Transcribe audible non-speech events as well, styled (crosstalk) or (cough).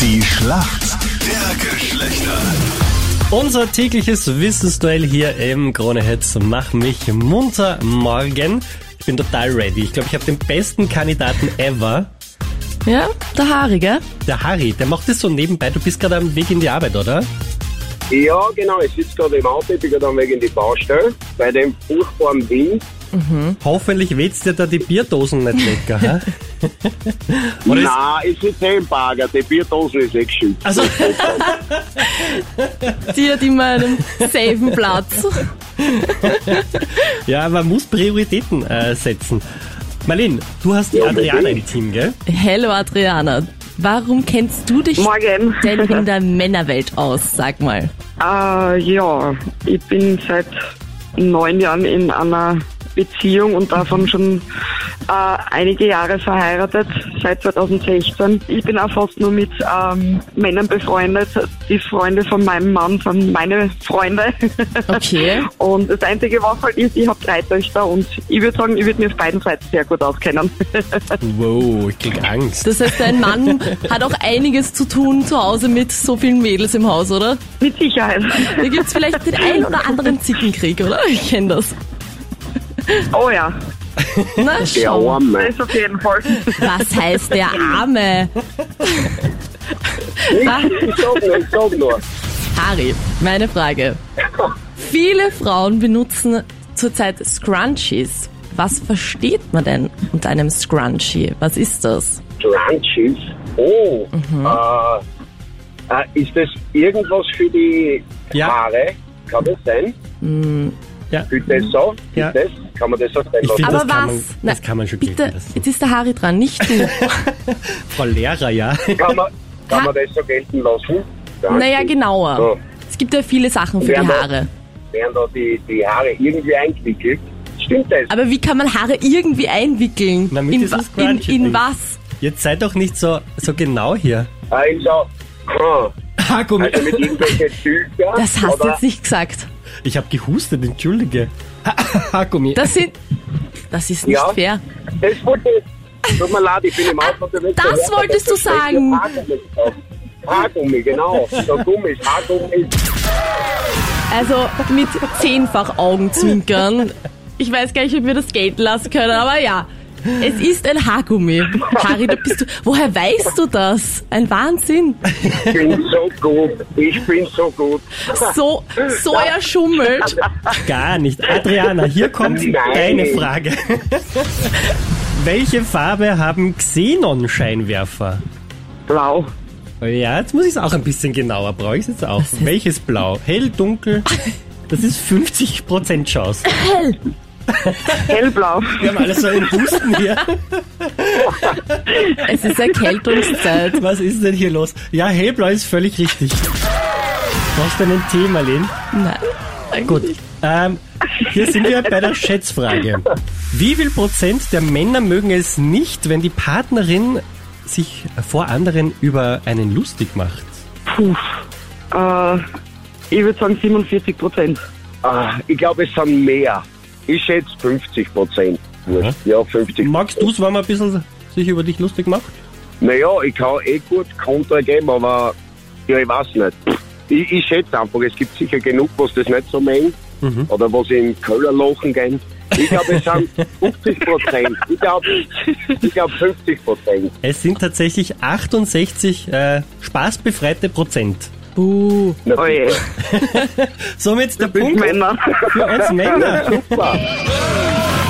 Die Schlacht der Geschlechter. Unser tägliches Wissensduell hier im Krone Hits. Mach mich munter morgen. Ich bin total ready. Ich glaube, ich habe den besten Kandidaten ever. Ja, der Haarige. Der Harry, der macht das so nebenbei. Du bist gerade am Weg in die Arbeit, oder? Ja, genau. Ich sitze gerade im Auto, ich bin gerade am Weg in die Baustelle. Bei dem furchtbaren Wind. Hoffentlich weht's dir da die Bierdosen nicht lecker. hä? Oder ist, Nein, ich sitze eh im Bagger. Die Bierdosen ist eh geschützt. (laughs) also, Die hat immer einen safen Platz. (laughs) ja, man muss Prioritäten äh, setzen. Marlene, du hast die Ja, Adriana im unbedingt. Team, gell? Hello Adriana. Warum kennst du dich Morgen. denn (laughs) in der Männerwelt aus, sag mal? Äh, ja, ich bin seit neun Jahren in einer Beziehung und davon schon äh, einige Jahre verheiratet, seit 2016. Ich bin auch fast nur mit ähm, Männern befreundet. Die Freunde von meinem Mann sind meine Freunde. (laughs) Okay. und das Einzige, was halt ist, ich habe drei Töchter und ich würde sagen, ich würde mir auf beiden Seiten sehr gut auskennen. (laughs) Wow, ich krieg Angst. Das heißt, dein Mann hat auch einiges zu tun zu Hause mit so vielen Mädels im Haus, oder? mit Sicherheit. Da gibt's vielleicht den einen oder anderen Zickenkrieg, oder? Ich kenn das. Oh ja, Na, Der schau. (laughs) Arme. das auf jeden Fall. Was heißt der Arme? (laughs) Ich sag nur, ich sag nur. Harry, meine Frage. Viele Frauen benutzen zurzeit Scrunchies. Was versteht man denn unter einem Scrunchie? Was ist das? Crunchies. Oh. Mhm. Äh, äh, ist das irgendwas für die Ja. Mm, Haare? Kann das sein? Ja. Für das so? Für Ja. das? Kann man das so sein Ich lassen? finde, Aber das, kann was? man, Na, das kann man schon Bitte, geben. Das jetzt ist der Harry dran, nicht (laughs) du. Frau Lehrer, ja. (laughs) Kann man, kann man das so gelten lassen? naja, Crunchies. genau. genauer. So. Es gibt ja viele Sachen für Ja, die aber- Haare. Werden da die, die Haare irgendwie eingewickelt? Stimmt das? Aber wie kann man Haare irgendwie einwickeln? Damit in, ist es wa- in, Scrunchie-Ding. in was? Jetzt seid doch nicht so, so genau hier. Äh, ich sag, hm, Haargummi. also mit (laughs) irgendwelchen Tüchern. Das hast du oder- jetzt nicht gesagt. Ich habe gehustet, entschuldige. Haargummi. Das sind. Das ist nicht Ja. fair. Das wollte ich. Tut mir leid, ich bin im Auto unterwegs. Das Ja, wolltest du das ist sagen. Haargummi. Haargummi, genau. So Gummis, Haargummi. Also mit zehnfach Augenzwinkern. Ich weiß gar nicht, ob wir das gelten lassen können, aber ja. Es ist ein Haargummi. Harry, da bist du. Woher weißt du das? Ein Wahnsinn. Ich bin so gut. Ich bin so gut. So, so er schummelt. Gar nicht. Adriana, hier kommt Nein. deine Frage. (laughs) Welche Farbe haben Xenon-Scheinwerfer? Blau. Ja, jetzt muss ich es auch ein bisschen genauer. Brauche ich es jetzt auch. Welches Blau? Hell, dunkel? Das ist 50% Chance. Hellblau. Wir haben alles so einen Husten hier. Es ist Erkältungszeit. Was ist denn hier los? Ja, hellblau ist völlig richtig. Brauchst du einen Tee, Marlene? Nein. Gut. Ähm, hier sind wir bei der Schätzfrage. Wie viel Prozent der Männer mögen es nicht, wenn die Partnerin sich vor anderen über einen lustig macht? Puh. Äh, ich würde sagen 47 Prozent. Ah, ich glaube, es sind mehr. Ich schätze 50 Prozent. Ja, 50 Magst du es, wenn man ein bisschen sich über dich lustig macht? Naja, ich kann eh gut Kontra geben, aber ja, ich weiß nicht. Ich, ich schätze einfach, es gibt sicher genug, was das nicht so meint. Oder was in Kölner Lochen gehen. Ich glaube, es sind 50 Prozent. Ich glaube, ich glaub 50 Prozent. Es sind tatsächlich 68 äh, spaßbefreite Prozent. Buh. Oje, Somit der ich Punkt Männer. für uns Männer. Super.